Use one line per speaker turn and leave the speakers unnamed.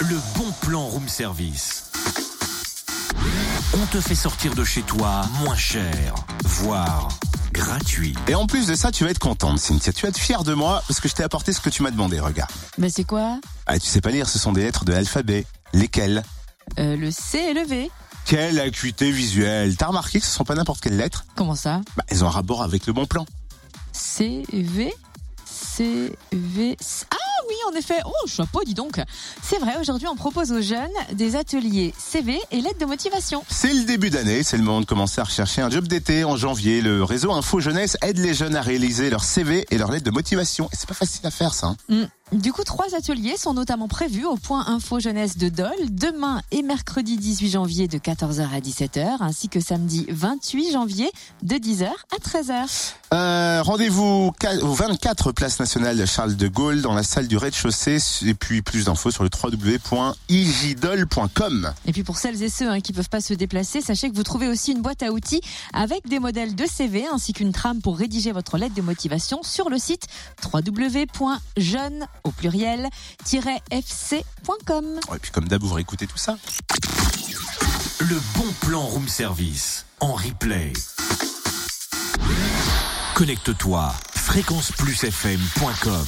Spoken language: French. le bon plan room service. On te fait sortir de chez toi moins cher, voire gratuit.
Et en plus de ça, tu vas être contente, Cynthia. Tu vas être fière de moi parce que je t'ai apporté ce que tu m'as demandé, regarde.
Mais Ben, c'est quoi
Ah, tu sais pas lire, ce sont des lettres de l'alphabet. Lesquelles
Euh, Le C est levé.
Quelle acuité visuelle T'as remarqué que ce sont pas n'importe quelles lettres
Comment ça
Bah, elles ont un rapport avec le bon plan.
C, V, C, V. Ah oui, en effet. Oh, chapeau, dis donc. C'est vrai, aujourd'hui, on propose aux jeunes des ateliers CV et lettres de motivation.
C'est le début d'année, c'est le moment de commencer à rechercher un job d'été en janvier. Le réseau Info Jeunesse aide les jeunes à réaliser leur CV et leur lettre de motivation. Et c'est pas facile à faire ça. hein.
Hmm. Du coup, trois ateliers sont notamment prévus au point Info Jeunesse de Dole demain et mercredi 18 janvier de 14h à 17h, ainsi que samedi 28 janvier de 10h à 13h.
Euh, Rendez-vous ca- au 24 Place Nationale Charles de Gaulle dans la salle du rez-de-chaussée. Et puis plus d'infos sur le www.igidol.com.
Et puis pour celles et ceux hein, qui ne peuvent pas se déplacer, sachez que vous trouvez aussi une boîte à outils avec des modèles de CV ainsi qu'une trame pour rédiger votre lettre de motivation sur le site www.jeune au pluriel fc.com.
Et puis comme d'hab, vous pourrez écouter tout ça.
Le bon plan room service en replay. Connecte-toi fréquenceplusfm.com